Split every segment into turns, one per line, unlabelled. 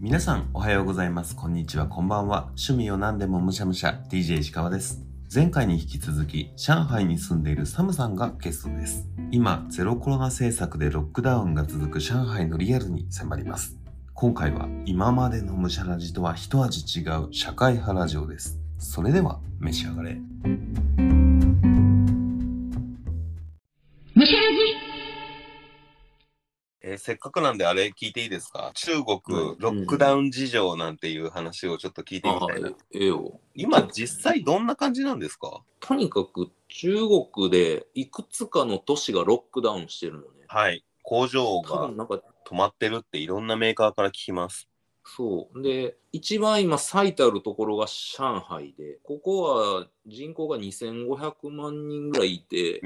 皆さんおはようございます。こんにちは、こんばんは。趣味を何でもむしゃむしゃ、DJ 石川です。前回に引き続き、上海に住んでいるサムさんがゲストです。今、ゼロコロナ政策でロックダウンが続く上海のリアルに迫ります。今回は今までのむしゃラジとは一味違う社会派ラジオです。それでは、召し上がれ。
むしゃらじ
えーせっかくなんであれ聞いていいですか中国
うん
ロックダウン事情なんていう話をちょっと聞いてみたいな。
あええよ。
今実際どんな感じなんですか
とにかく中国でいくつかの都市がロックダウンしてるのね。
はい。工場
多
が
分なんか
止まってるっていろんなメーカーから聞きます。
そう。で、一番今最たるところが上海で、ここは人口が2500万人ぐらいいて、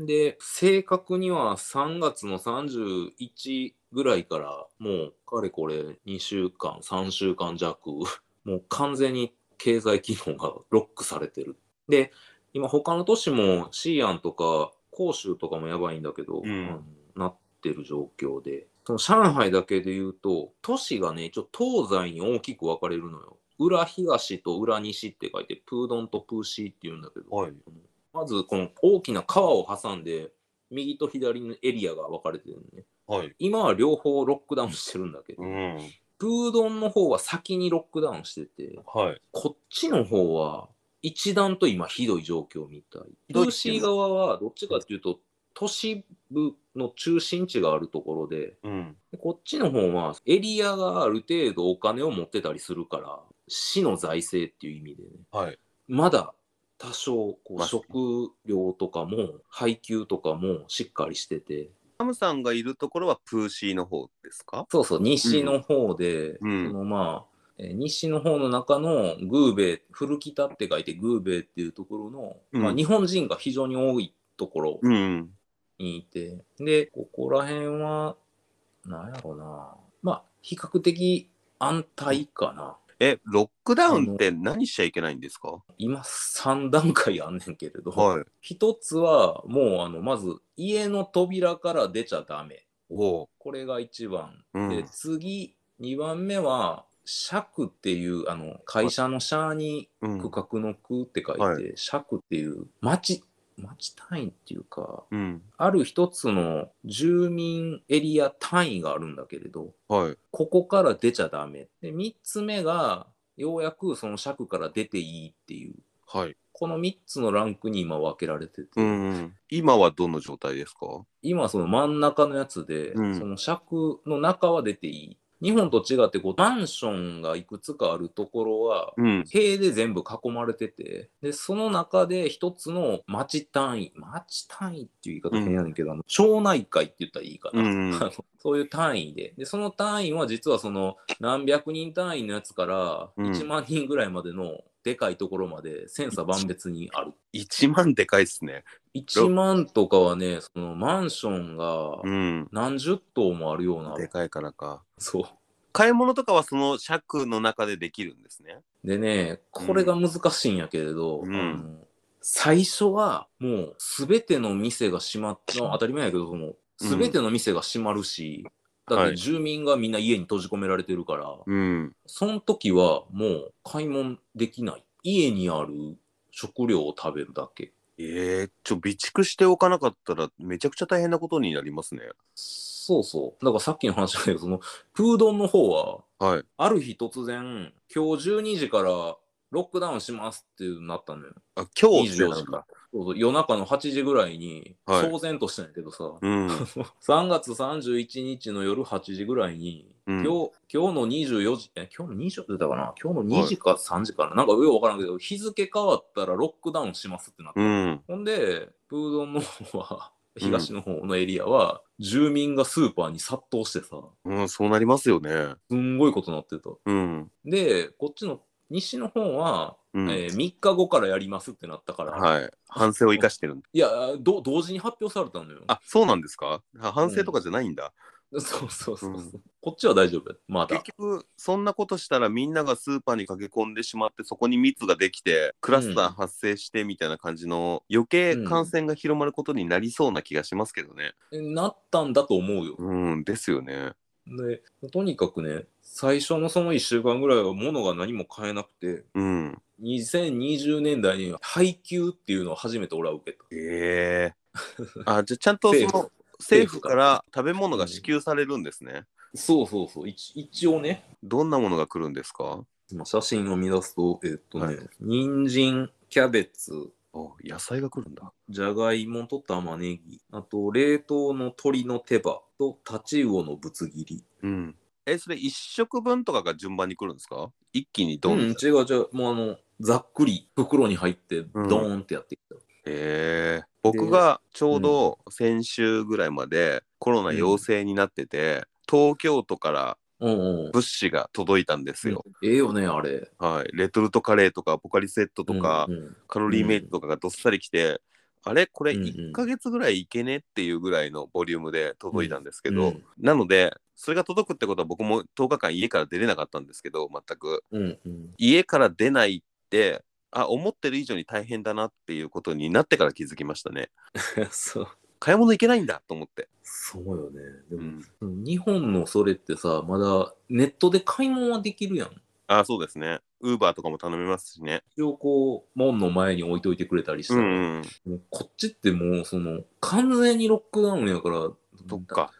うん。
で、正確には3月の31ぐらいから、もうかれこれ2週間、3週間弱、 もう完全に経済機能がロックされてる。で、今他の都市もシアンとか広州とかもやばいんだけ
う
ど、
ん
あのなってる状況で、その上海だけで言うと、都市がね、一応東西に大きく分かれるのよ。裏東と裏西って書いて、プードンとプーシーって言うんだけど、
はい。
まずこの大きな川を挟んで右と左のエリアが分かれてるのね。
はい。
今は両方ロックダウンしてるんだけど、
うん。
プードンの方は先にロックダウンしてて、
はい。
こっちの方は一段と今ひどい状況みたい。
ひ
プ
どい
ーシー側はどっちかっていうと都市部の中心地があるところで、
うん。
でこっちの方はエリアがある程度お金を持ってたりするから、市の財政っていう意味でね。
はい。
まだ多少こ
まあ
う食料とかも配給とかもしっかりしてて
サムさんがいるところはプーシーの方ですか
そうそう西の方で、
うん
そのまあえー西の方の中のグーベイ古北って書いてグーベイっていうところの、
うん
まあ、日本人が非常に多いところ
うん。
にいて、でここら辺はなんやろなまあ比較的安泰かな
え、ロックダウンって何しちゃいけないんですか
今3段階あんねんけれど、
はい。
一つはもうあのまず家の扉から出ちゃダメ
おう。
これが一番、
うん
で次二番目は尺っていうあの会社の社に
うん。
区画の区って書いて、
は
尺っていう町町単位っていうか
うん。
ある一つの住民エリア単位があるんだけれど
はい。
ここから出ちゃダメで3つ目がようやくその尺から出ていいっていう
はい。
この3つのランクに今分けられてて、
うん。今はどの状態ですか
今その真ん中のやつで、
うん
その尺の中は出ていい日本と違ってこうマンションがいくつかあるところは
うん。
塀で全部囲まれててでその中で一つの町単位町単位っていう言い方変やねんけど、あの町内会って言ったらいいか
う
な、
んうん
あのそういう単位ででその単位は実はその何百人単位のやつから
うん
1万人ぐらいまでのでかいところまで千差万別にある。
1万でかいっすね。
1万とかはね、そのマンションが
うん。
何十棟もあるような、
でかいからか。
そう。
買い物とかはその尺の中でできるんですね。
でね、これが難しいんやけれど、
うん
あの最初はもう全ての店が閉まって、当たり前やけど、そ
う
の
ん
全ての店が閉まるし、だっ
は
て
い
住民がみんな家に閉じ込められてるから、
うん。
その時はもう買い物できない。家にある食料を食べるだけ。
ええちょ、備蓄しておかなかったらめちゃくちゃ大変なことになりますね。
そうそう。だからさっきの話だけど、その、プードンの方は、
はい。
ある日突然、今日12時からロックダウンしますってなったのよ。
あ、今日
24時から。そうそう夜中の8時ぐらいに、
はい
騒然としたんやけどさ、
うん。
3月31日の夜8時ぐらいに、
うん
今日今日の24時、え今日の24時だったかな今日の2時か3時かな、なんかよくわからんけど、日付変わったらロックダウンしますってなった。
うん。
ほんで、プードンの方は、東の方のエリアは、住民がスーパーに殺到してさ、
うん、そうなりますよね。
すんごいことになってた。
うん。
で、こっちの西の方は、
うん。
えー3日後からやりますってなったから、
はい。反省を生かしてるんだ。
いやど、同時に発表されたのよ。
あ、そうなんですかあ反省とかじゃないんだ。
そうそうそうそう、
うん
こっちは大丈夫やまだ
結。局、そんなことしたらみんながスーパーに駆け込んでしまって、そこに密ができて、クラスター発生してみたいな感じの、余計感染が広まることになりそうな気がしますけどね。
なったんだと思うよ。
うん、ですよね。
で、とにかくね、最初のその1週間ぐらいは物が何も買えなくて、
うん。
2020年代に配給っていうのを初めて俺は受けた。
ええ あ、じゃあちゃんとそ
政
の政府から食べ物が支給されるんですね。
そうそうそう、一一応ね、
どんなものが来るんですか
今写真を見出すと、えっとね、
はい
人参、キャベツ、
お野菜が来るんだ。
じゃがいもと玉ねぎ、あと冷凍の鶏の手羽とタチウオのぶつ切り。
うん。え、それ一食分とかが順番に来るんですか一気にド
う
ン。
ん、違う違う、もうあの、ざっくり袋に入って、ド
うん
ーンってやってきた。
へえ僕がちょうど先週ぐらいまでコロナ陽性になってて、東京都から
うんうん。
物資が届いたんですよ、
ええよね、あれ。
はい、レトルトカレーとかポカリセットとか、
うんうん
カロリーメイトとかがどっさり来て、あれこれ
うんうん
1ヶ月ぐらいいけねっていうぐらいのボリュームで届いたんですけど、
うんうん
なのでそれが届くってことは僕も10日間家から出れなかったんですけど全く
うん うん。
家から出ないってあ思ってる以上に大変だなっていうことになってから気づきましたね
そう。
買い物行けないんだと思って。
そうよね。で
う
も、
ん、
日本のそれってさ、まだネットで買い物はできるやん。
あそうですね。ウーバーとかも頼めますしね。
一応こう、門の前に置いといてくれたりして、
うん、うん。
もうこっちってもう、その、完全にロックダウンやから、
そっか。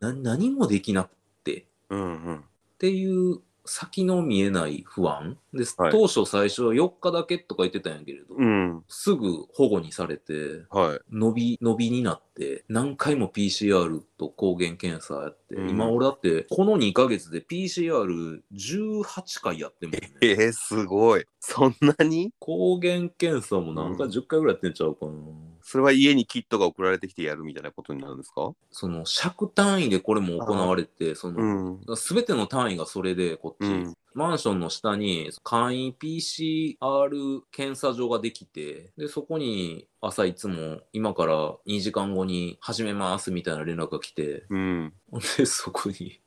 な何もできなくて。
うんうん。
っていう先の見えない不安で、
はい
当初最初は4日だけとか言ってたんやけれど、
うん。
すぐ保護にされて
はい。
伸び伸びになって何回も PCR と抗原検査やって、
うん
今俺だってこの2ヶ月で PCR18 回やってんもんね、
えー、すごい。そんなに
抗原検査もなんか
うん
10回ぐらいやってんちゃうかな、
それは家にキットが送られてきてやるみたいなことになるんですか
その尺単位でこれも行われてその、
ん。
全ての単位がそれでこっち、
うん
マンションの下に簡易 PCR 検査場ができてでそこに朝いつも今から2時間後に始めますみたいな連絡が来て
うん。
ほんでそこに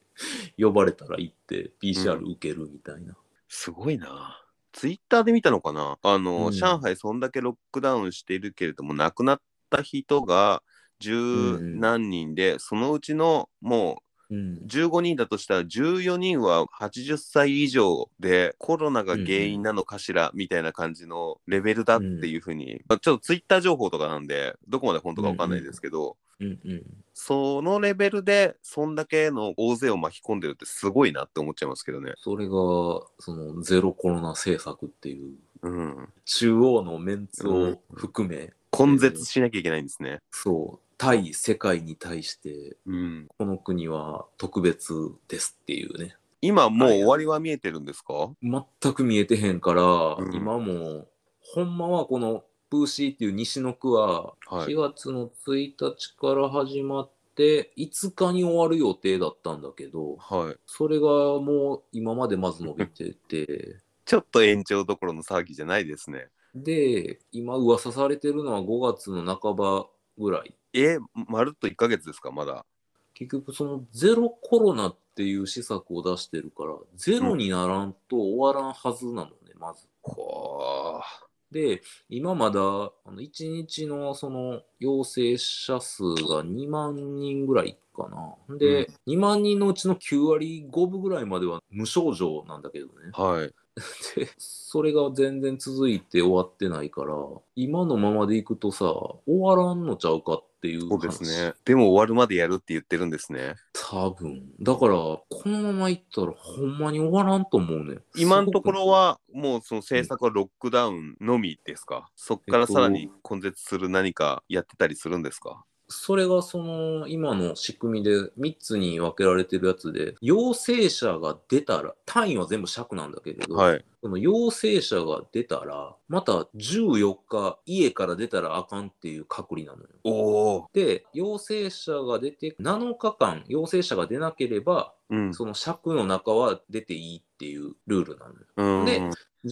呼ばれたら行って PCR 受けるみたいな、
すごいな。ツイッターで見たのかなあの、
うん
上海そんだけロックダウンしているけれども、亡くなった人が十何人で、そのうちのもう
うん
15人だとしたら14人は80歳以上でコロナが原因なのかしらみたいな感じのレベルだっていうふうに、まあちょっとツイッター情報とかなんでどこまで本当かわかんないですけど、
うんうん
そのレベルでそんだけの大勢を巻き込んでるってすごいなって思っちゃいますけどね。
それがそのゼロコロナ政策っていう
うん、
中央のメンツを含め、
根絶しなきゃいけないんですね。
そう対世界に対して
うん、
この国は特別ですっていうね
今もう終わりは見えてるんですか、
全く見えてへんから、
うん
今もほんまはこのプーシーっていう西の区は
はい
4月の1日から始まって5日に終わる予定だったんだけど
はい、
それがもう今までまず伸びてて
ちょっと延長どころの騒ぎじゃないですね。
で今噂されてるのは5月の半ばぐらい
え、まるっと1ヶ月ですかまだ。
結局そのゼロコロナっていう施策を出してるからゼロにならんと終わらんはずなのね、まず。
ほー
で、今まだ、あの、1日のその、陽性者数が2万人ぐらいかな。で、2万人のうちの9割5分ぐらいまでは無症状なんだけどね。
はい。
で、それが全然続いて終わってないから、今のままでいくとさ、終わらんのちゃうかっていう
そ
話。
うですね。でも終わるまでやるって言ってるんですね。
多分。だから、このままいったらほんまに終わらんと思うね。
今のところは、もうその政策はロックダウンのみですか、そっからさらに根絶する何かやってたりするんですか、
それがその今の仕組みで3つに分けられてるやつで陽性者が出たら単位は全部尺なんだけれど、
はい。
その陽性者が出たらまた14日家から出たらあかんっていう隔離なのよ。
おお。
で陽性者が出て7日間陽性者が出なければ
うん。
その尺の中は出ていいっていうルールなのよ。
うん
で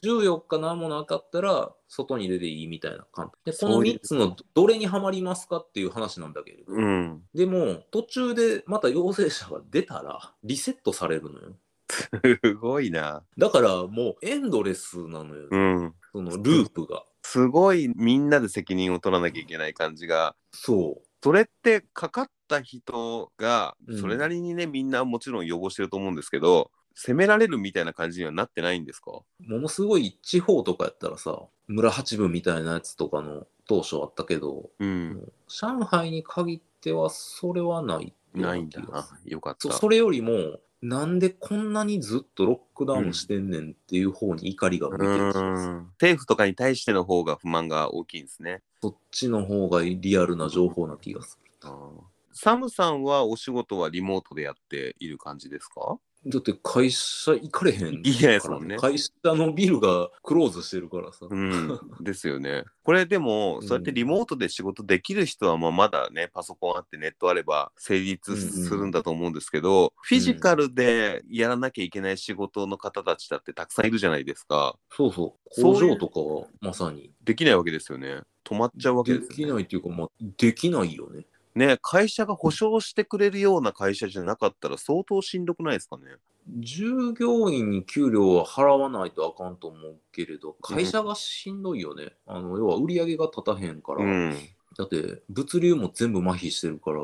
14日何もなかったら外に出ていいみたいな感じ。でこの
そういう
3つのどれにはまりますかっていう話なんだけれど。
うん。
でも、途中でまた陽性者が出たら、リセットされるのよ。
すごいな。
だからもうエンドレスなのよ、
うん。
そのループが。
すごいみんなで責任を取らなきゃいけない感じが。
そ
それってかかっった人が
うん
それなりにね、みんなもちろん予防してると思うんですけど責められるみたいな感じにはなってないんですか
ものすごい地方とかやったらさ、村八分みたいなやつとかの当初あったけど、
うん
上海に限ってはそれはない。
ないんだな。よかっ
そ
た
それよりも、なんでこんなにずっとロックダウンしてんねんっていう方に怒りが向いてる気がする
うん政府とかに対しての方が不満が大きいんですね
そっちの方がリアルな情報な気がす
サムさんはお仕事はリモートでやっている感じですか
る。だって会社行かれへんから、
いやいやそうね
会社のビルがクローズしてるからさ。
うん、ですよね。これでも、
うん
そうやってリモートで仕事できる人は、まあまだね、パソコンあってネットあれば成立するんだと思うんですけど、フィジカルでやらなきゃいけない仕事の方たちだってたくさんいるじゃないですか。
そうそう。
そう
工
いう
場とかはまさに。
できないわけですよね。止まっちゃうわけ
で
です
き
よね。
ないっていうか、まあ、できないよね。
ね、会社が保証してくれるような会社じゃなかったら相当しんどくないですかね。
従業員に給料は払わないとあかんと思うけれど、会社がしんどいよね。あの要は売り上げが立たへんから、
うん。
だって物流も全部麻痺してるから、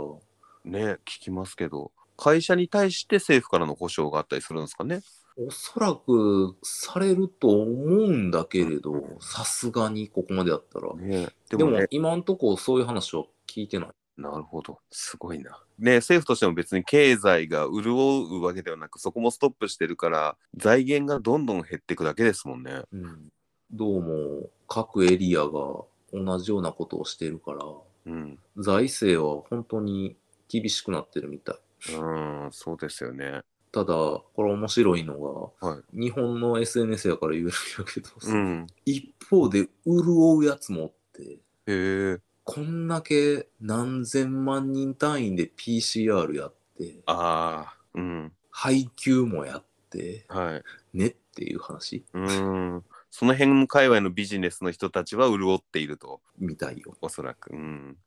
ね、聞きますけど。会社に対して政府からの保証があったりするんですかね。
おそらくされると思うんだけれど、さすがにここまでやったら。
ね、
で
で
も,、
もね、
今んとこそういう話は聞いてない。
なるほど。すごいな。ね政府としても別に経済が潤うわけではなく、そこもストップしてるから、財源がどんどん減っていくだけですもんね。
うん、どうも各エリアが同じようなことをしてるから、
うん。
財政は本当に厳しくなってるみたい。
うん、そうですよね。
ただ、これ面白いのが、
は
日本の SNS やから言えるんやけど、
うん。
一方で潤うやつもおって、
へえ。
こんだけ何千万人単位で PCR やって、
ああ。うん。
配給もやって、
はい。
ねっていう話
うん。その辺の界隈のビジネスの人たちは潤っていると、
みたいよ。
おそらく。 うん。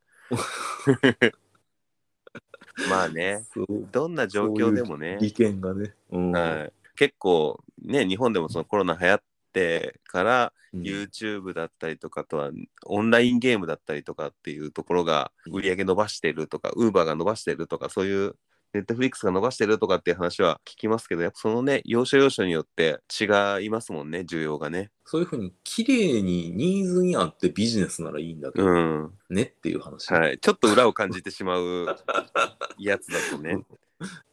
まあね、
そう
どんな状況でもね。
利権がね。うん
はい、結構ね日本でもそのコロナ流行ってから、
うん
YouTube だったりとかあとはオンラインゲームだったりとかっていうところが売り上げ伸ばしてるとか Uber が伸ばしてるとかそういう Netflix が伸ばしてるとかっていう話は聞きますけどやっぱそのね要所要所によって違いますもんね需要がね。
そういうふうに綺麗にニーズに合ってビジネスならいいんだけど、
うん
ねっていう話。
はい、ちょっと裏を感じてしまう やつだとね。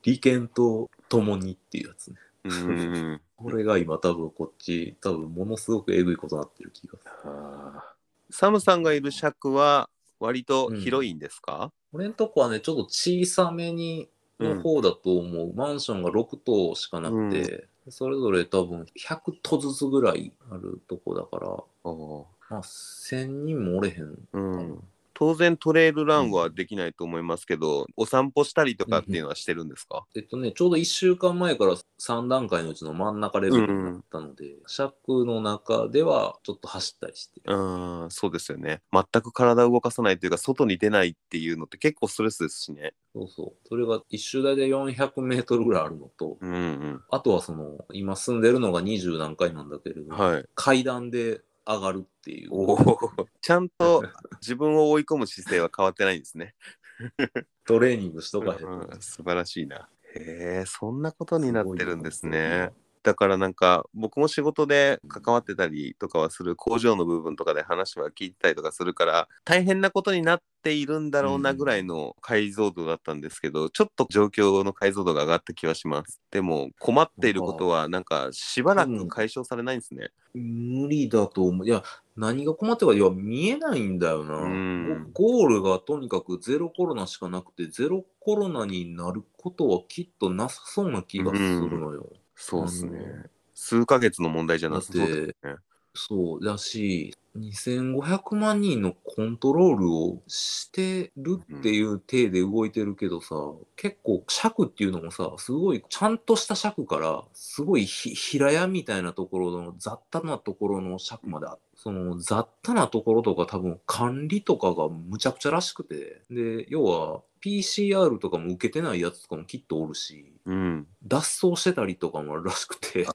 利権と共にっていうやつね。
うん
これが今多分こっち、多分ものすごくえぐいことになってる気がする。
サムさんがいる尺は割と広いんですか、
俺んとこはね、ちょっと小さめにの方だと思う。マンションが6棟しかなくて、それぞれ多分100棟ずつぐらいあるとこだから、
おー
まあ、1000人もおれへん
う
かな。
ん、当然トレイルランはできないと思いますけど、お散歩したりとかっていうのはしてるんですか、
えっとね、ちょうど1週間前から3段階のうちの真ん中レベルになったので、尺の中ではちょっと走ったりして。
うん、そうですよね全く体を動かさないというか外に出ないっていうのって結構ストレスですしね
そうそう。それが1周台で400メートルぐらいあるのと、
うんうん
あとはその、今住んでるのが20何階なんだけれど、
はい
階段で上がるっていう。
おーちゃんと自分を追い込む姿勢は変わってないんですね、
トレーニングしと
う
かへん。
ん、素晴らしいなへえそんなことになってるんですねだからなんか僕も仕事で関わってたりとかはする工場の部分とかで話は聞いたりとかするから大変なことになっているんだろうなぐらいの解像度だったんですけど、ちょっと状況の解像度が上がった気はしますでも困っていることはなんかしばらく解消されないんですね、
無理だと思う。いや、何が困ってるか、いや、見えないんだよな。
うん
ゴールがとにかくゼロコロナしかなくて、ゼロコロナになることはきっとなさそうな気がするのよ。
そうですね、
うん
数ヶ月の問題じゃなさそうですね
そうだし、2500万人のコントロールをしてるっていう体で動いてるけどさ、結構尺っていうのもさ、すごいちゃんとした尺から、すごいひ平屋みたいなところの雑多なところの尺まであって、その雑多なところとか多分管理とかがむちゃくちゃらしくて、で、要は PCR とかも受けてないやつとかもきっとおるし、
うん
脱走してたりとかもあるらしくて、
あ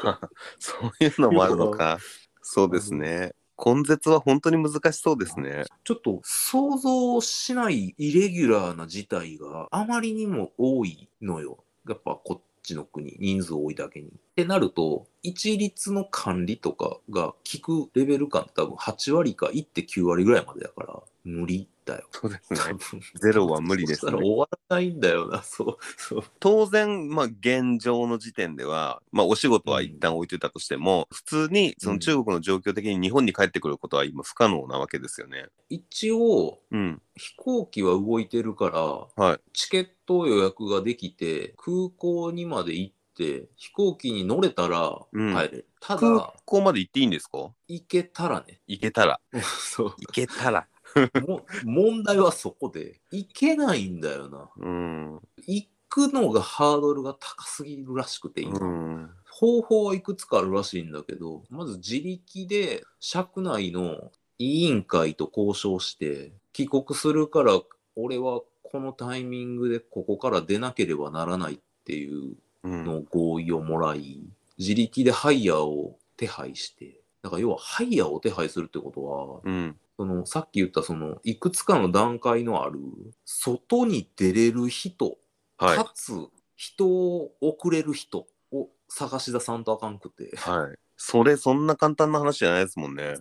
あそういうのもあるのかそうですね根絶は本当に難しそうですね。
ちょっと想像しないイレギュラーな事態があまりにも多いのよ。やっぱこっちの国、人数多いだけに。ってなると、一律の管理とかが効くレベル感って多分8割か1.9割ぐらいまでだから、無理だよ。
そうで
多。分
ゼロは無理です
そ
ね
したら終わらないんだよな、そう。そう
当然、まあ、現状の時点では、まあ、お仕事は一旦置いといたとしても、普通にその中国の状況的に日本に帰ってくることは今不可能なわけですよね。
一応、
うん。
飛行機は動いてるから、
はい
チケット予約ができて、空港にまで行って、飛行機に乗れたら
うん
帰れる。た
空
だ、
港まで行っていいんですか
行けたらね。
行けたら。
そ
行けたら。
う。も問題はそこで、行けないんだよな。
うん。
行くのがハードルが高すぎるらしくて、今。
うん。
方法はいくつかあるらしいんだけど、まず自力で社内の委員会と交渉して、帰国するから俺はこのタイミングでここから出なければならないっていう
うん。
の合意をもらい、自力でハイヤーを手配して、だから要はハイヤーを手配するってことは、
うん。
そのさっき言ったそのいくつかの段階のある外に出れる人
はい。
かつ人を送れる人を探し出さんとあかんくて
はい。それ、そんな簡単な話じゃないですもんね。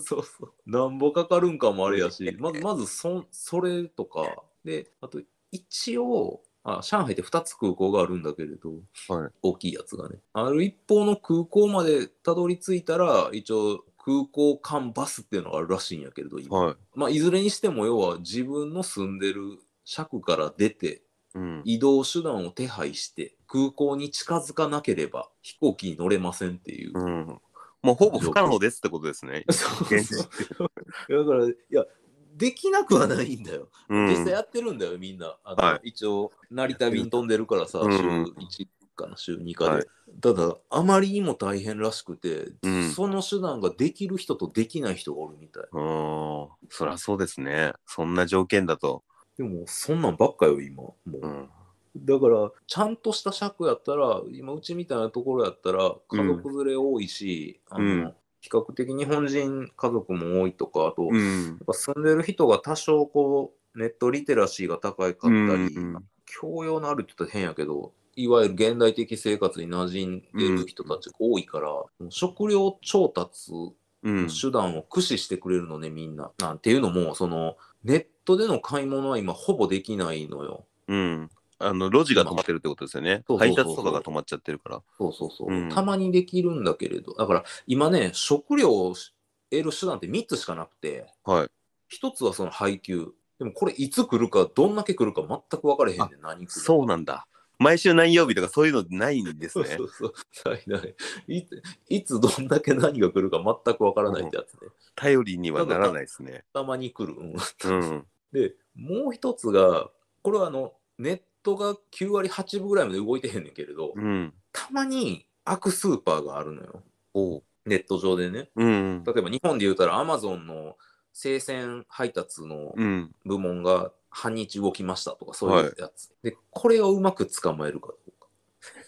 そうそうなんぼかかるんかもあれ やしまずまずそそれとかであと一応あ上海って2つ空港があるんだけれど、
はい
大きいやつがねある一方の空港までたどり着いたら一応空港間バスっていうのがあるらしいんやけれど今、
はい。
まあ、いずれにしても要は自分の住んでる尺から出て
うん。
移動手段を手配して空港に近づかなければ飛行機に乗れませんっていう。
うん。もうほぼ不可能ですってことですね。
そう
現実
だからいやできなくはないんだよ。
うん。
実際やってるんだよみんな。あの
は
一応成田便飛んでるからさ、
うん
週1かな週2かで。
はい
ただあまりにも大変らしくて、
うん
その手段ができる人とできない人がおるみたい。
うーん。そりゃそうですね。そんな条件だと。
でもそんなんばっかよ今もう。
うん。
だから、ちゃんとした尺やったら、今、うちみたいなところやったら、家族連れ多いし、あの
うん
比較的日本人家族も多いとか、あと、やっ
うん。
ぱ住んでる人が多少こう、ネットリテラシーが高いかったり、
うんうん
教養のあるって言ったら変やけど、いわゆる現代的生活に馴染んでる人たちが多いから、食料調達
うん。
手段を駆使してくれるのね、みんな。なんていうのも、その、ネットでの買い物は今ほぼできないのよ。
うん。あの、路地が止まってるってことですよね。
そうそう
配
そうそう
達とかが止まっちゃってるから。
そうそうそう、
うん
たまにできるんだけれど、だから今ね、食料を得る手段って3つしかなくて、
はい。
1つはその配給。でもこれいつ来るか、どんだけ来るか全く分かれへんねん、何来るか
そうなんだ。毎週何曜日とかそういうのないんです
そう
ね
そ。うそう。ないないいつ。いつどんだけ何が来るか全く分からないってやつね。
頼りにはならないですね。
たまに来る。う
う
ん
ん。
で、もう1つが、これはあの、ネットが9割8分ぐらいまで動いてへんねんけれど、
うん。
たまに悪スーパーがあるのよ。
おう。
ネット上でね。
うん。
例えば日本で言うたらアマゾンの生鮮配達の
うん。
部門が半日動きましたとかそういうやつ、でこれをうまく捕まえるかどうか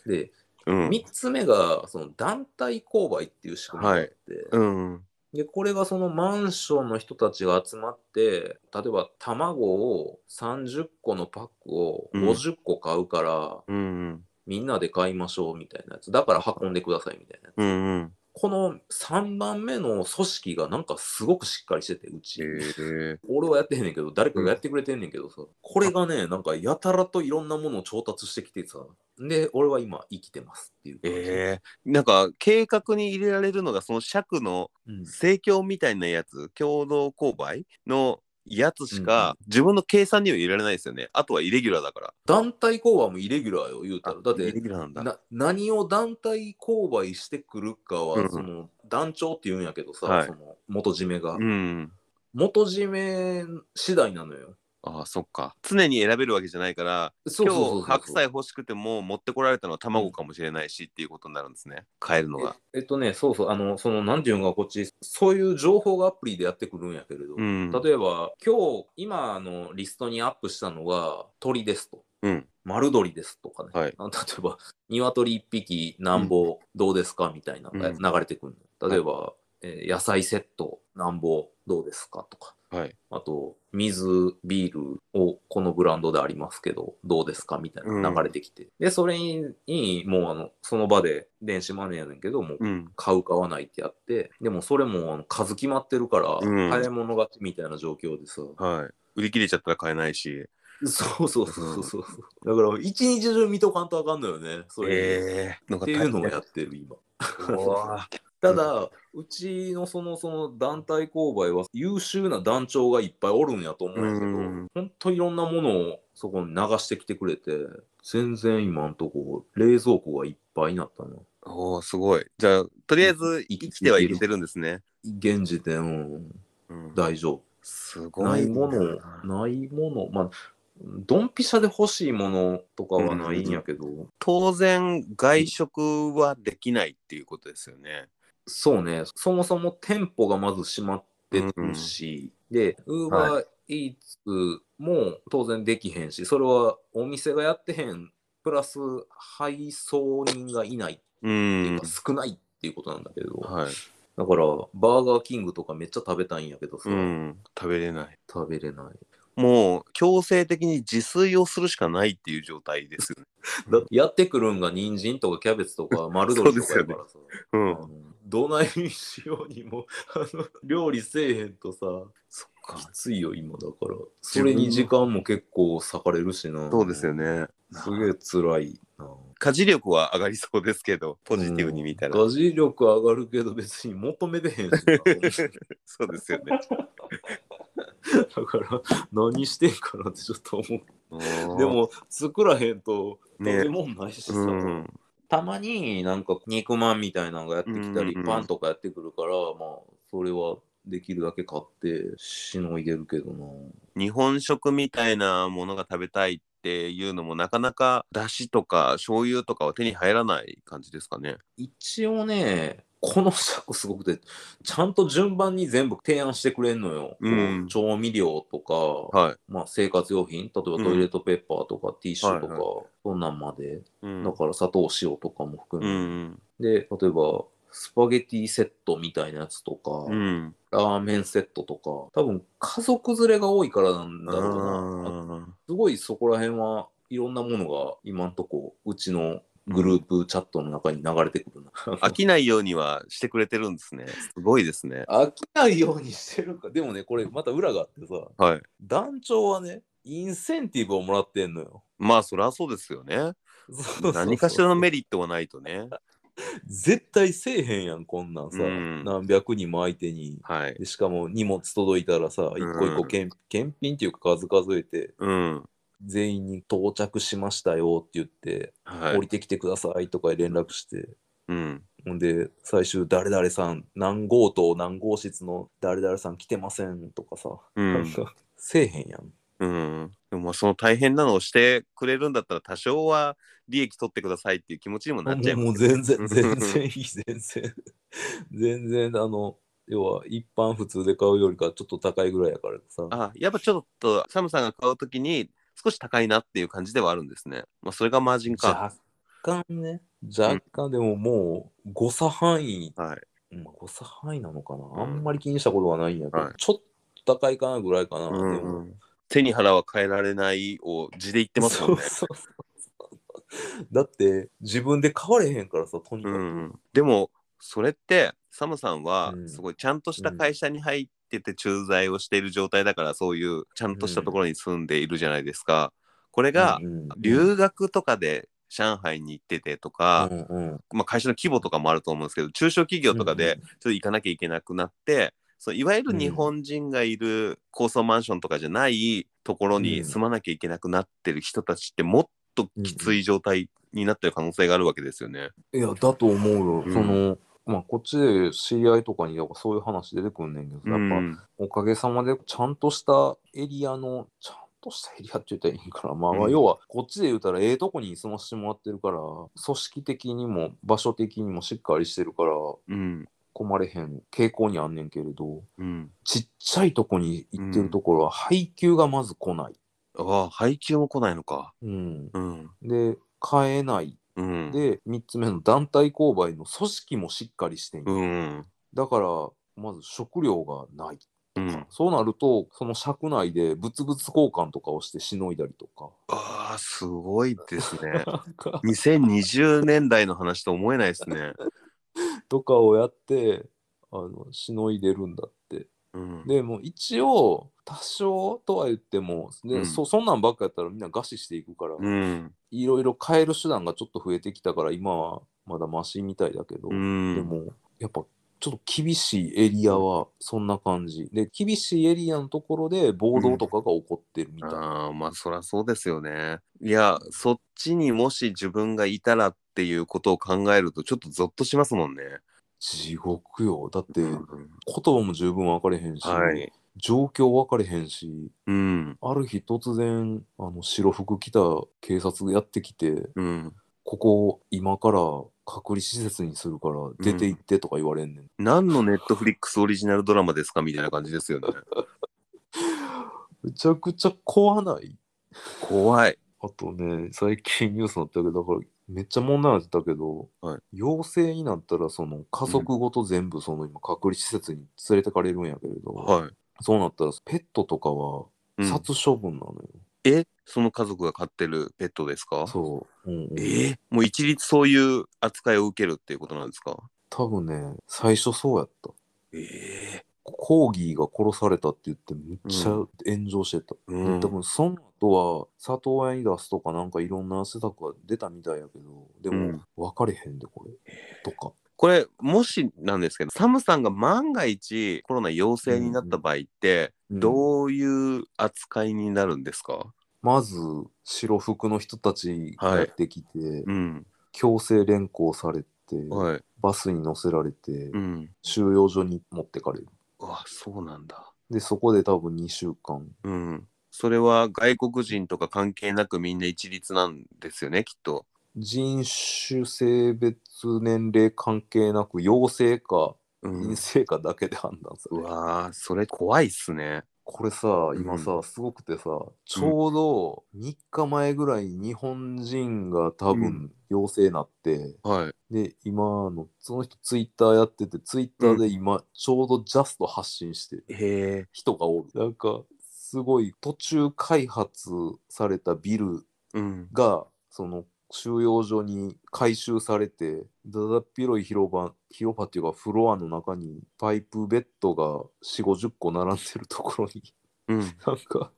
で
うん。
3つ目がその団体購買っていう仕組みがあって、
うん。
でこれがそのマンションの人たちが集まって例えば卵を30個のパックを50個買うから、
うん。
みんなで買いましょうみたいなやつだから運んでくださいみたいなやつ
うん。
この3番目の組織がなんかすごくしっかりしててうち、
へえ。
俺はやってへんねんけど誰かがやってくれてんねんけどさ、これがねなんかやたらといろんなものを調達してきてさで俺は今生きてますっていう感じ
ええ。なんか、計画に入れられるのが、その尺の
うん
盛況みたいなやつ、共同購買のやつしか、自分の計算には入れられないですよね。あとはイレギュラーだから。
団体購買もイレギュラーよ言うたらだっ
イレ
て
ギュラーなんだ。
な何を団体購買してくるかは、
うん
その団長って言うんやけどさ、
はい
その元締めが、
うん。
元締め次第なのよ
ああ、そっか。常に選べるわけじゃないから、
そう
今
そうそうそう
日白菜欲しくても持ってこられたのは卵かもしれないしっていうことになるんですね。買えるのが。
ええっとねそうそうあのそのなんていうんかこっちそういう情報がアプリでやってくるんやけれど、
うん。
例えば今日今のリストにアップしたのが鳥ですと
うん。
丸鳥ですとかね、
はい
あの例えば鶏一匹なんぼどうですかみたいなのが
うん
流れてくるの、例えば、えー野菜セットなんぼどうですかとか、
はい。
あと、水、ビールをこのブランドでありますけど、どうですかみたいな流れてきて。で、それに、もうあの、その場で電子マネーやねんけど、もう
うん。
買う買わないってやって、でもそれもあの数決まってるから、
うん
買い物勝ちみたいな状況でさ。
はい。売り切れちゃったら買えないし。
そうそうそうそう。うだから、一日中見とかんとあかんのよね、それ。
ええ。なん
っ
か
て
大
いうのを
変
やってる、今。
うわー
ただ、うちのそのその団体購買は優秀な団長がいっぱいおるんやと思うんやけど、
うん
ほんといろんなものをそこに流してきてくれて、全然今んとこ冷蔵庫がいっぱいになったの。
おおすごい。じゃあ、とりあえず生きてはいけてるんですね。
現時点、うん
うん
大丈
す
夫。
ごい。
ないもの、ないもの、まあ、ドンピシャで欲しいものとかはないんやけど、
当然、外食はできないっていうことですよね。
そうね、そもそも店舗がまず閉まってるし、で、ウーバーイーツも当然できへんし、それはお店がやってへん、プラス配送人がいないっ
う
ていうんか、。少ないっていうことなんだけど、
はい。
だから、バーガーキングとかめっちゃ食べたいんやけどさ、
うん。食べれない。
食べれない。
もう強制的に自炊をするしかないっていう状態ですよね。
だってやってくるんが人参とかキャベツとか丸鶏とかやからさ、
う
あのどないしようにもあの料理せえへんとさ、
そっ
き。ついよ、今だから。それに時間も結構割かれるしな。
そうですよ。ね。
すげえ辛いな。
家事力は上がりそうですけど、ポジティブに見たら。
家事力上がるけど別に求めてへんしな。
そうですよ ね。
だから何してんかなってちょっと思う。でも作らへんと食
ね
べ物ないしさ。
うん、
たまになんか肉まんみたいなのがやってきたり、
うんうん
パンとかやってくるから、まあそれはできるだけ買ってしのいでるけどな。
日本食みたいなものが食べたいっていうのもなかなかだしとか醤油とかは手に入らない感じですかね。
一応ね、この作すごくて、ちゃんと順番に全部提案してくれんのよ。
うん
こう調味料とか、
は
まあ、生活用品、例えばトイレットペーパーとか、ティッシュとか、
はい
そんなんまで。
い。うん
だから砂糖、塩とかも
う
含め、
ん
で、例えば、スパゲティセットみたいなやつとか、
うん。
ラーメンセットとか、多分家族連れが多いからなんだろうな。
あ
すごいそこら辺はいろんなものが今んとこ、うちのグループチャットの中に流れてくるな。
ー飽きないようにはしてくれてるんですね。すごいですね。
飽きないようにしてるか。でもね、これまた裏があってさ、
はい。
団長はね、インセンティブをもらってんのよ。
まあそりゃそうですよね。
そうそうそう
何かしらのメリットがないとね。
絶対せえへんやん、こんなんさ。
うん
何百人も相手に。
はい。
でしかも荷物届いたらさ、一個一個
うん
けん、検品っていうか数数えて、
うん。
全員に到着しましたよって言って、
は
降
い。
りてきてくださいとか連絡して。
うん。
ほんで、最終、誰々さん、何号棟、何号室の誰々さん来てませんとかさ、
う
なん
ん。
か、せえへんやん。
うん。でもまあその大変なのをしてくれるんだったら多少は利益取ってくださいっていう気持ちにもなっちゃい
も
ま
う
すよね。
全 然、全然いい、全然。全然、あの、要は一般普通で買うよりかちょっと高いぐらいやからさ。
あ、やっぱちょっとサムさんが買うときに少し高いなっていう感じではあるんですね。まあそれがマージンか。
若干ね、若干でももう誤差範囲、
はい。
まあ、誤差範囲なのか
ん
なあんまり気にしたことはないんやけど、
はい
ちょっと高いかなぐらいかな。
う
でも
んうん。手に腹は変えられないを字で言ってますもんね。
そうそうそうだって自分で買われへんからさ、とにか
う
く。
んうん、でもそれってサムさんは
うん
すごいちゃんとした会社に入ってて駐在をしている状態だからそういうちゃんとしたところに住んでいるじゃないですか。これが
うんうん
留学とかで上海に行っててとか
う、んうん
まあ、会社の規模とかもあると思うんですけど中小企業とかでちょっと行かなきゃいけなくなって、そういわゆる日本人がいる高層マンションとかじゃないところに住まなきゃいけなくなってる人たちってもっときつい状態になってる可能性があるわけですよね。
いや、だと思うよ。
うん
その、まあ、こっちで知り合いとかに、やっぱそういう話出てくんねんけどさ、やっぱ、
うん
おかげさまで、ちゃんとしたエリアの、ちゃんとしたエリアって言ったらいいんから、まあ、
うん
要は、こっちで言うたら、ええとこに住ましてもらってるから、組織的にも、場所的にもしっかりしてるから、
うん
困れへん傾向にあんねんけれど、
うん、
ちっちゃいとこに行ってるところは、配給がまず来ない。
ああ配給も来ないのか。
うん。
うん
で、買えない。
うん、
で、3つ目の団体購買の組織もしっかりしてんよ
うん
だから、まず食料がない。
うん。
そうなると、その尺内で物々交換とかをしてしのいだりと か。
ああ、すごいですね。
なんか
2020年代の話と思えないですね。
とかをやって、あの、しのいでるんだって。
うん。
でもう一応、多少とは言っても、で
うん
そそんなんばっかやったらみんな餓死していくから、
うん。
いろいろ変える手段がちょっと増えてきたから、今はまだマシみたいだけど、
うん
でも、やっぱ、ちょっと厳しいエリアはそんな感じ。で、厳しいエリアのところで暴動とかが起こってるみたいな。
ああ、まあそらそうですよね。いや、そっちにもし自分がいたらっていうことを考えると、ちょっとゾッとしますもんね。
地獄よ。だって、
う
言
ん
葉も十分分かれへんし、
はい。
状況分かれへんし、
うん。
ある日突然、あの、白服着た警察やってきて、
うん。
ここ今から隔離施設にするから出て行ってとか言われんねん。
何のネットフリックスオリジナルドラマですかみたいな感じですよね。
めちゃくちゃ怖ない
怖い。
あとね、最近 ニュースになったけど、だからめっちゃ問題になってたけど、
はい
陽性になったら、その家族ごと全部、その今、隔離施設に連れてかれるんやけれど、
は。
そうなったら、ペットとか
う
はい
ん
殺処分なのよ。
えその家族が飼ってるペットですか
そう。うんうん
えーもう一律そういう扱いを受けるっていうことなんですか
多分ね、最初そうやった。
ええ
コーギーが殺されたって言って、めっちゃ炎上してた。
うん
で多分その後は里親に出すとかなんかいろんな施策が出たみたいやけどで
う
も
ん
分かれへんでこれ、とか
これもしなんですけどサムさんが万が一コロナ陽性になった場合って、
うん
どういう扱いになるんですか、
まず白服の人たちがやってきて、
うん、
強制連行されて、
はい、
バスに乗せられて、
うん、
収容所に持ってかれる
うわそうなんだ、
でそこで多分2週間
うん、それは外国人とか関係なくみんな一律なんですよねきっと
人種性別年齢関係なく陽性か
うん
陰性かだけで判断する、
うわーそれ怖いっすね
これさ今さ、
う
すごくてさちょうど3日前ぐらいに日本人が多
う
分陽性なって、
はい
で今のその人ツイッターやっててツイッターで今ちょうどジャスト発信してる
へえ
人がおる、なんかすごい途中開発されたビル
うん
がその収容所に改修されてだだっ広い広場広場っていうかフロアの中にパイプベッドが4 5 0個並んでるところに
うん
なんか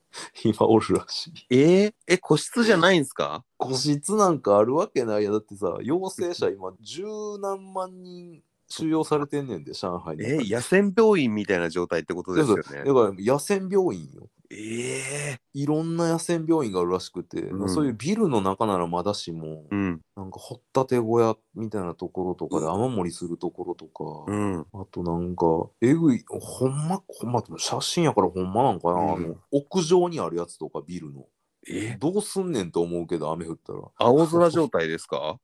今おるらしい
えー、え個室じゃないんすか
個室なんかあるわけないやだってさ陽性者今十何万人収容されてんねんで上海に
え野戦病院みたいな状態ってことですよね
だから野戦病院よ
ええ
いろんな野戦病院があるらしくて、
うん
そういうビルの中ならまだしも、
うん
なんか掘ったて小屋みたいなところとかで雨漏りするところと
う
か、
ん
あとなんかえぐいほんまほんまでも写真やからほんまなんかな、
うん
あの屋上にあるやつとかビルの
え
どうすんねんと思うけど雨降ったら
青空状態ですか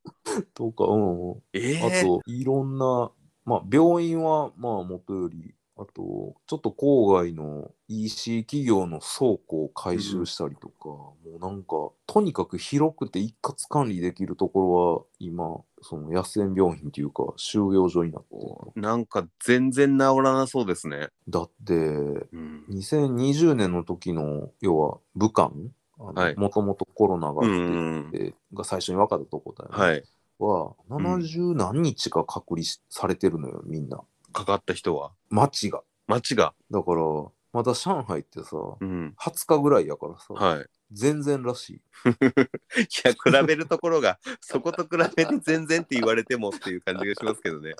とかうんうん
ええ
あといろんな、まあ、病院はまあ元よりあとちょっと郊外の EC 企業の倉庫を改修したりとか、もうなんかとにかく広くて一括管理できるところは今その野戦病院というか収容所になってる
なんか全然治らなそうですね。
だって
うん。
2020年の時の要は武漢
はい
もともとコロナが
う
あ
ん
っ。て、が最初に分かったとこだよね、
はい。
は
ん
70何日か隔離しされてるのよみんな
かかった人は。
街が。
町が。
だから、まだ上海ってさ、
うん。
20日ぐらいやからさ、
はい。
全然らしい。
いや、比べるところが、 そこと比べて全然って言われてもっていう感じがしますけどね。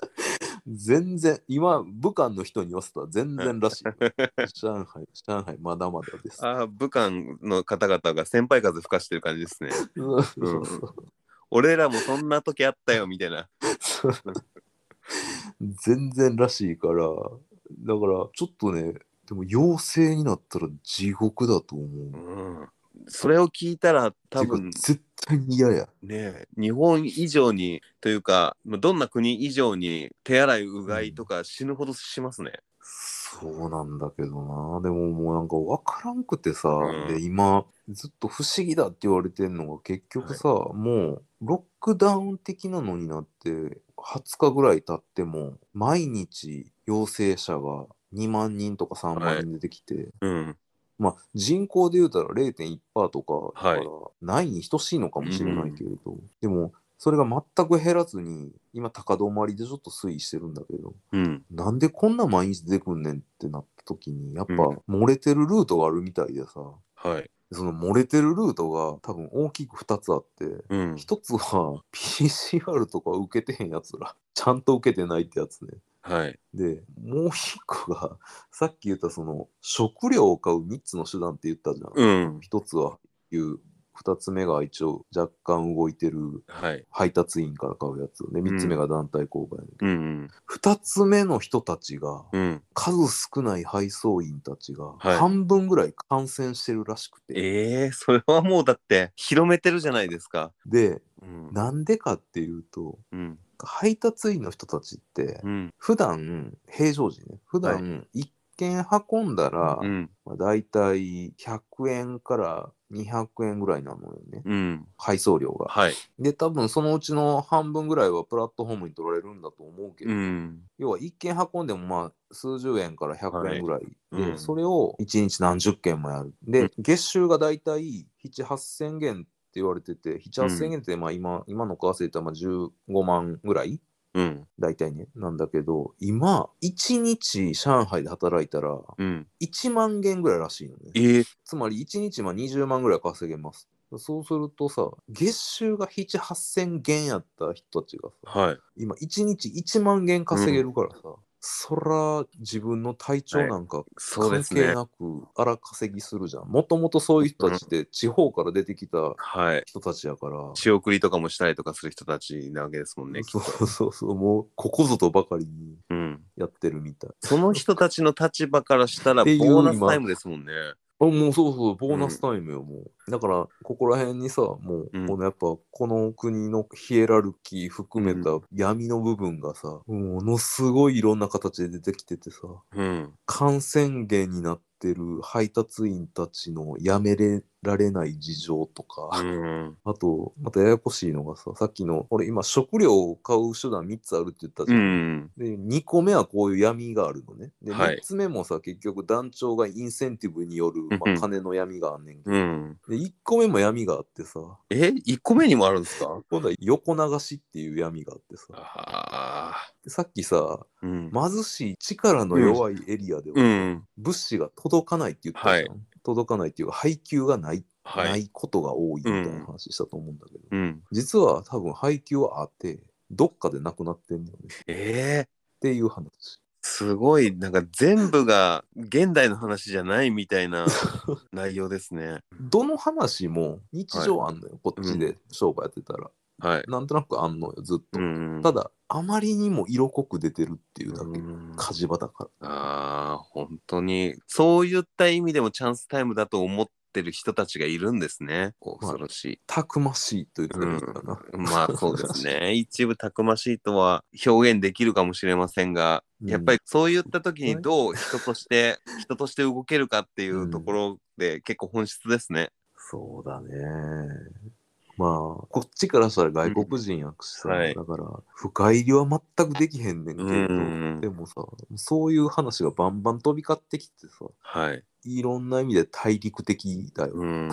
全然、今、武漢の人に言わせたら全然らしい。 上海、上海、まだまだで す。
ああ、武漢の方々が先輩風吹かしてる感じですね。
うん
うん俺らもそんな時あったよみたいな。
全然らしいから、だから、ちょっとね、でも陽性になったら地獄だと思う。
うん。それを聞いたら、多分
てか絶対に嫌や。
ねえ日本以上にというかまあどんな国以上に手洗いうがいとか死ぬほどしますね。
そうなんだけどな。でももうなんか分からんくてさ、
うん
で今、ずっと不思議だって言われてんのが結局さ、もうロックダウン的なのになって20日ぐらい経っても毎日陽性者が2万人とか3万人出てきて、
うん。
まあ人口で言うたら0.1%とかだから
はい
ないに等しいのかもしれないけれど、でもそれが全く減らずに今高止まりでちょっと推移してるんだけど
うん。
なんでこんな毎日出てくんねんってなった時にやっぱ
うん
漏れてるルートがあるみたいでさ、
はい。
その漏れてるルートが多分大きく2つあって
うん。
一つは PCR とか受けてへんやつらちゃんと受けてないってやつね
はい。
でもう一個がさっき言ったその食料を買う3つの手段って言ったじゃん、
うん。
一つはいう2つ目が一応若干動いてる
はい。
配達員から買うやつで3つ目が団体購買、
うんうん。
2つ目の人たちが
うん。
数少ない配送員たちが
はい
半分ぐらい感染してるらしくて、
ええそれはもうだって広めてるじゃないですか。
で
うん。
なんでかっていうと
うん。
配達員の人たちって
うん。
普段平常時ね普
は
段一件運んだら、
うん。
まあ、大体100円から200円ぐらいなのよね
うん。
配送料が。
はい。
で多分そのうちの半分ぐらいはプラットフォームに取られるんだと思うけど、
うん。
要は1件運んでもまあ数十円から100円ぐらいで、
はいうん
それを1日何十件もやる。で、
うん
月収が大体7、8000元って言われてて、7、8000元ってまあ今,、今の為替で言ったらまあ15万ぐらい
うん。
大体ね、なんだけど、今、1日上海で働いたら
うん。
1万元ぐらいらしいのね。
ええ
つまり1日まあ20万ぐらい稼げます。そうするとさ、月収が7、8000元やった人たちがさ、
はい。
今1日1万元稼げるからさ、そら自分の体調なんか
そうで
関
す
係
ね。
なく荒稼ぎするじゃん。もともとそういう人たちって地方から出てきた
はい。
人たちやから、
仕送りとかもしたりとかする人たちなわけですもんね。
そうそうそう、もうここぞとばかりに
うん。
やってるみたい。
その人たちの立場からしたらボ
っていう
ーナスタイムですもんね。
あもうそうそう、ボーナスタイムよ、もう。だから、ここら辺にさ、もう、
うん
このやっぱ、この国のヒエラルキー含めた闇の部分がさ、ものすごいいろんな形で出てきててさ、
うん。
感染源になってる配達員たちのやめれられない事情と
う
か、
ん。
あと、またややこしいのがさ、さっきの、俺今食料を買う手段3つあるって言ったじ
う
ゃん。
ん。
で2個目はこういう闇があるのね。で
はい
3つ目もさ、結局団長がインセンティブによる、
う
ま
んう
あ、
ん
金の闇があんねんけど、
うん。
で1個目も闇があってさ
え、1個目にもあるんですか
今度は横流しっていう闇があってさ
ああ。
でさっきさ
うん。
貧しい力の弱いエリアで
う
は
ん。
物資が届かないって言ったじゃん、
はい
届かないっていうか配給がない、
はい
ないことが多いみたいな話したと思うんだけど、
うん。
実は多分配給はあってどっかでなくなってんのよねっ
ええ
ていう話
すごい、なんか全部が現代の話じゃないみたい な内容ですね。
どの話も日常あんのよ、こっちで商売やってたら、
はい。
なんとなくあんのよずっと、
うん。
ただあまりにも色濃く出てるっていうだけ、
うん
火事場だから
ああ、本当に、そういった意味でもチャンスタイムだと思ってる人たちがいるんですね。恐ろしい。
たくましいというかいいかな、
まあそうです ね。一部たくましいとは表現できるかもしれませんが、
うん
やっぱりそういった時にどう人として、人として動けるかっていうところで結構本質ですね。
そうだねまあこっちからしたら外国人やしさ、
うんはい
だから深入りは全くできへんねんけど、
うん
でもさそういう話がバンバン飛び交ってきてさ
はい。
いろんな意味で大陸的だよ、
うん。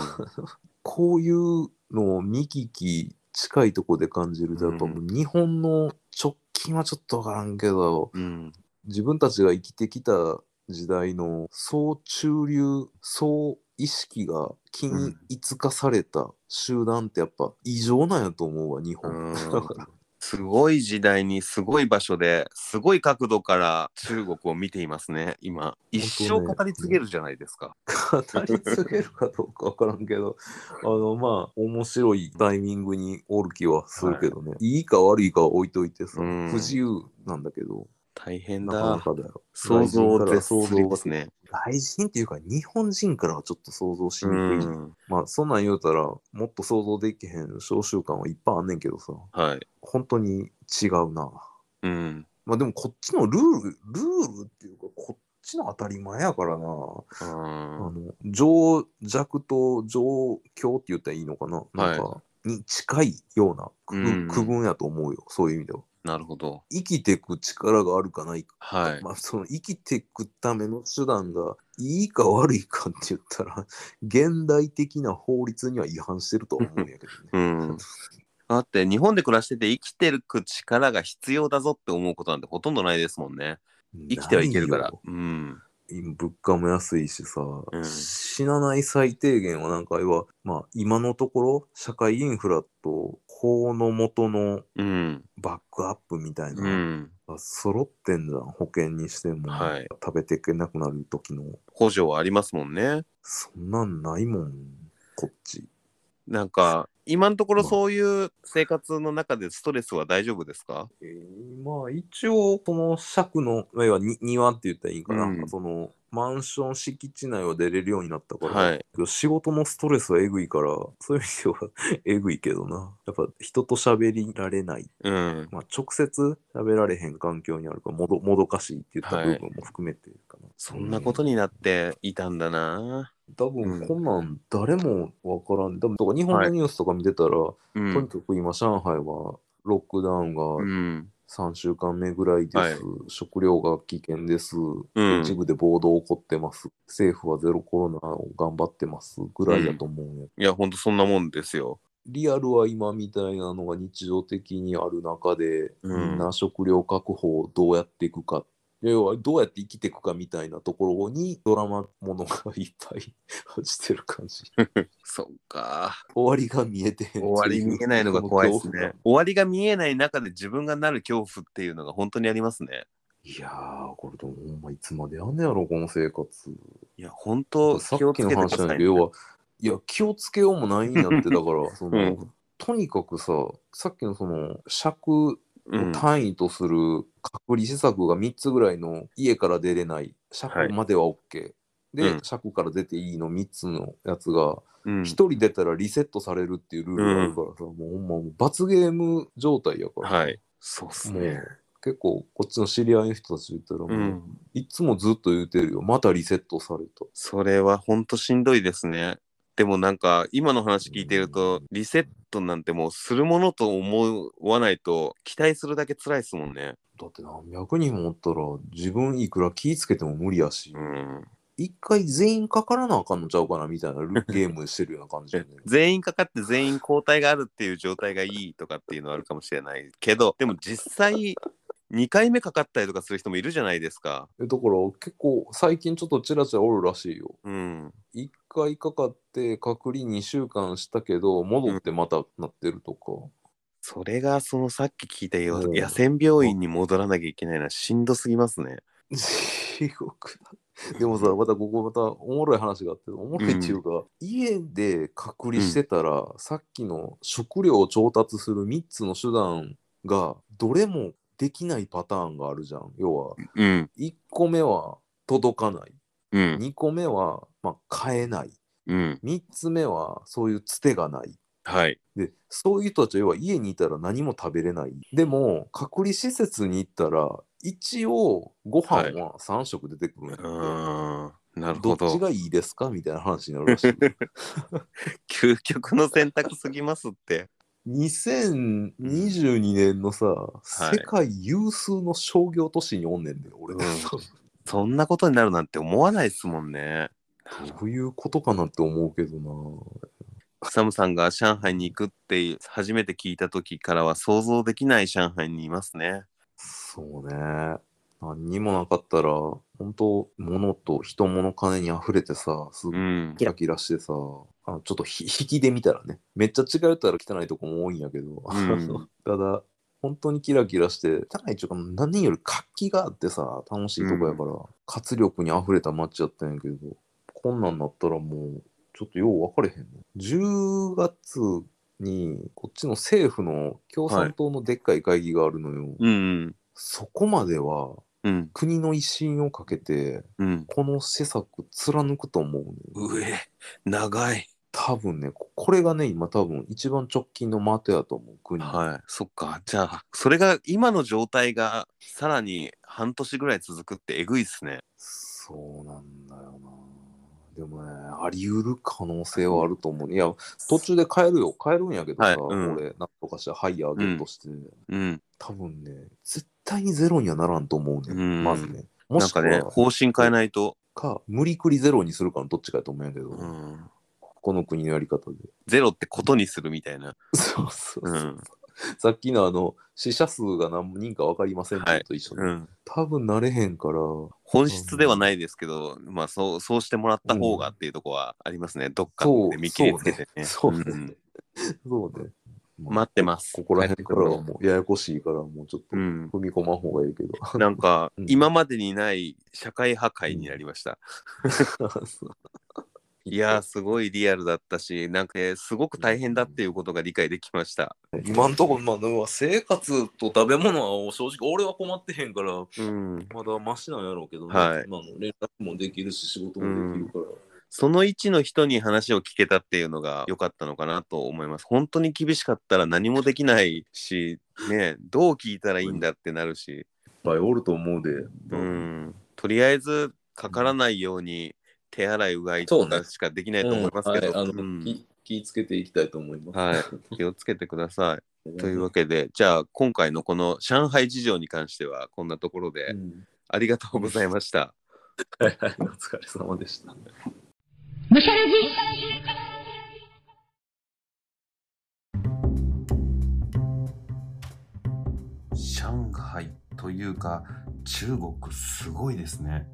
こういうのを見聞き近いとこで感じるとやっぱもう日本の直近はちょっとわからんけど、
うん。
自分たちが生きてきた時代の総中流総意識が均一化された集団ってやっぱ異常なんやと思うわ日本、
うん
だから
すごい時代にすごい場所ですごい角度から中国を見ていますね今一生語り継げるじゃないですか、
語り継げるかどうかわからんけどあのまあ面白いタイミングにおる気はするけどね、い、いか悪いかは置いといてさ、
うん
不自由なんだけど
大変
な
だ
かなかだよ
想像を絶す
外人から想像
る
が
ですね
外人っていうか日本人からはちょっと想像し
う
にくい、
ん
まあそんなん言うたらもっと想像できへん召集感はいっぱいあんねんけどさ
はい
本当に違うな。
うん
まあでもこっちのルール、ルールっていうかこっちの当たり前やからな。あ
あ
の、情弱と情強って言ったらいいのかな。なんか、に近いような区,、
うん
区分やと思うよそういう意味では
なるほど。
生きていく力があるかないか、
はい。、
まあ、その生きていくための手段がいいか悪いかって言ったら現代的な法律には違反してるとは思うんやけどね
うん。だって日本で暮らしてて生きてる力が必要だぞって思うことなんてほとんどないですもんね。生きてはいけるから。うん。
今物価も安いしさ、
ん
死なない最低限はなんか要は、まあ、今のところ社会インフラと法の元の
うん。
バックアップみたいうな、
ん。
揃ってんじゃん保険にしても、
はい
食べていけなくなる時の
補助はありますもんね。
そんなんないもんこっち
なんか、今のところそういう生活の中でストレスは大丈夫ですか
えーまあ一応この尺の要はに庭って言ったらいいんかな、
うん
そのマンション敷地内は出れるようになったから、
はい。
仕事のストレスはえぐいからそういう意味では えぐいけどなやっぱ人と喋られない、
うん。
まあ、直接喋られへん環境にあるからもどもどかしいって言った部分も含めてかな、
そんなことになっていたんだな。
多分こんなん誰もわからん、多分とか日本のニュースとか見てたら、
う
とに
ん。
かく今上海はロックダウンが
うん。
3週間目ぐらいです、
はい
食料が危険です、
ん
一部で暴動起こってます、政府はゼロコロナを頑張ってますぐらいだと思うね、
いや、ほんとそんなもんですよ。
リアルは今みたいなのが日常的にある中で、
うん
みんな食料確保をどうやっていくか、要はどうやって生きていくかみたいなところにドラマものがいっぱい 落ちてる感じ。
そう か。
終わりが見えてへん
終わり見えないのが怖いですね。終わりが見えない中で自分がなる恐怖っていうのが本当にありますね。
いやー、これでもほんまいつまでやんねやろ、この生活。
いや、本当
さっ
気をつ
き
け
の
てくだ
話な
さ
んだ
い、
けど、要は、いや、気をつけようもないんやって、だ から、その、
うん
とにかくさ、さっきのその、尺
う
を
ん、
単位とする隔離施策が3つぐらいの、家から出れない、
は
尺
い
までは OK。で、
うん
尺から出ていいの3つのやつが、
うん
1人出たらリセットされるっていうルールがあるからさ、もうほんまもう罰ゲーム状態やから、
はい。そうっす
も
ね
う。結構こっちの知り合いの人たち言ったらもう、
うん。
いつもずっと言うてるよ。またリセットされた。
それは本当しんどいですね。でもなんか今の話聞いてるとリセットなんてもうするものと思わないと期待するだけ辛いですもんね。
だって何百人もおったら自分いくら気ぃつけても無理やし
う、ん、
一、回全員かからなあかんのちゃうかなみたいなルゲームしてるような感じよね。
全員かかって全員交代があるっていう状態がいいとかっていうのはあるかもしれないけ どでも実際2回目かかったりとかする人もいるじゃないですか。
えだから結構最近ちょっとチラチラおるらしいよ。
うん、
一回かかって隔離2週間したけど戻ってまたなってるとか。
それがそのさっき聞いたよ
うん
野戦病院に戻らなきゃいけないのはしんどすぎますね。
地獄だ でもさまたここまたおもろい話があっておもろいっていうか、家で隔離してたら、さっきの食料を調達する3つの手段がどれもできないパターンがあるじゃん要は
うん、
1個目は届かない
うん、
2個目は、まあ、買えない
うん、
3つ目はそういうつてがない
はい。
でそういう人たちは要は家にいたら何も食べれないでも隔離施設に行ったら一応ご
は
飯
い
は3食出てくるん
う
やって
ーん、なる
ど
ほ
っ
ど。
ちがいいですかみたいな話になるらしい。
究極の選択すぎますって。
2022年のさ、
い
世界有数の商業都市におんねんで、俺。
うん
ど
そんなことになるなんて思わないですもんね。
ういうことかなって思うけどな。
サムさんが上海に行くって初めて聞いた時からは想像できない上海にいますね。
そうね。何にもなかったら、本当物と人物金に溢れてさ、すっ
う
ごい
ん
キ。ラキラしてさ、あのちょっとひ引きで見たらね、めっちゃ違うたら汚いとこも多いんやけど、
うん
ただ、本当にキラキラして、汚いちょっと何より活気があってさ、楽しいとこやから、活力に溢れた街やったんやけど、こんなんなったらもう、ちょっとよう分かれへんね。10月に、こっちの政府の共産党のでっかい会議があるのよ。
うん。
そこまでは、
うん。
国の威信をかけて、
うん。
この施策貫くと思うね。
うえ、長い。
多分ね、ここれがね、今多分一番直近の的やと思う、国。
はい。そっか。じゃあ、それが今の状態がさらに半年ぐらい続くってえぐいっすね。
そうなんだよな。
でもね、あり得る可能性はあると思う。いや、途中で変えるよ、変えるんやけどさ、
はいうん
俺、なんとかしてハイヤーゲットして、
うん。
多分ね、絶対にゼロにはならんと思うね、
うん
ん、まずね。も
なん
しく
か
は
ね、方針変えないと、
か、無理くりゼロにするかのどっちかやと思うんやけど、
うん、
この国のやり方で。
ゼロってことにするみたいな。
そうそうそう。
うん
さっきのあの、死者数が何人か分かりませんっていうのと一緒で、
うん。
多分なれへんから、
本質ではないですけど、まあそう、そうしてもらった方がっていうとこはありますね。どっか
そう
で見切りつけてね。
そうねそうね
ん
そうね。まあ
待ってます。
ここら辺からはもうややこしいから、もうちょっと
うん。
踏み込まん方がいいけど。
なんか
う、ん
今までにない社会破壊になりました。いやー、すごいリアルだったし、なんか、えーすごく大変だっていうことが理解できました。
今んとこ、まあ、でも生活と食べ物は正直俺は困ってへんから、
うん。
まだマシなんやろうけど、ね
はい
今の連絡もできるし、仕事もできるから。
その一の人に話を聞けたっていうのが良かったのかなと思います。本当に厳しかったら何もできないし、ね、どう聞いたらいいんだってなるし、
ぱいおると思うで。
うん。とりあえず、かからないように手洗いうがいとかしかできないと思いますけ
うん
ど、
はいあ
う
の
ん
気気ぃつけていきたいと思います。
はい。気をつけてください。
い
というわけで、じゃあ今回のこの上海事情に関してはこんなところで、
うん
ありがとうございました。
はいはい、 お疲れ様でした。
むしゃらじ
上海というか中国すごいですね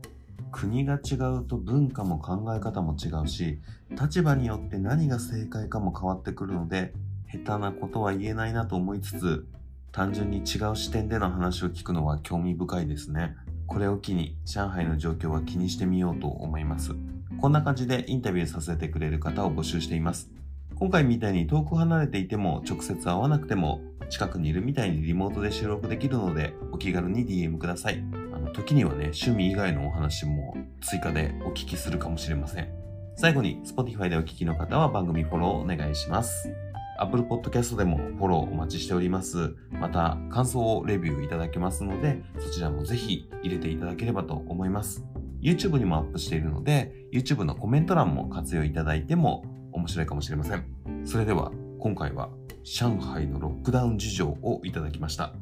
国が違うと文化も考え方も違うし立場によって何が正解かも変わってくるので下手なことは言えないなと思いつつ単純に違う視点での話を聞くのは興味深いですねこれを機に上海の状況は気にしてみようと思いますこんな感じでインタビューさせてくれる方を募集しています今回みたいに遠く離れていても直接会わなくても近くにいるみたいにリモートで収録できるのでお気軽に DM くださいあの時にはね趣味以外のお話も追加でお聞きするかもしれません最後に Spotify でお聞きの方は番組フォローお願いします Apple Podcast でもフォローお待ちしておりますまた感想をレビューいただけますのでそちらもぜひ入れていただければと思います YouTube にもアップしているので YouTube のコメント欄も活用いただいても面白いかもしれませんそれでは今回は上海のロックダウン事情をいただきました。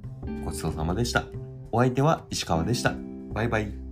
ごちそうさまでした。お相手は石川でした。バイバイ。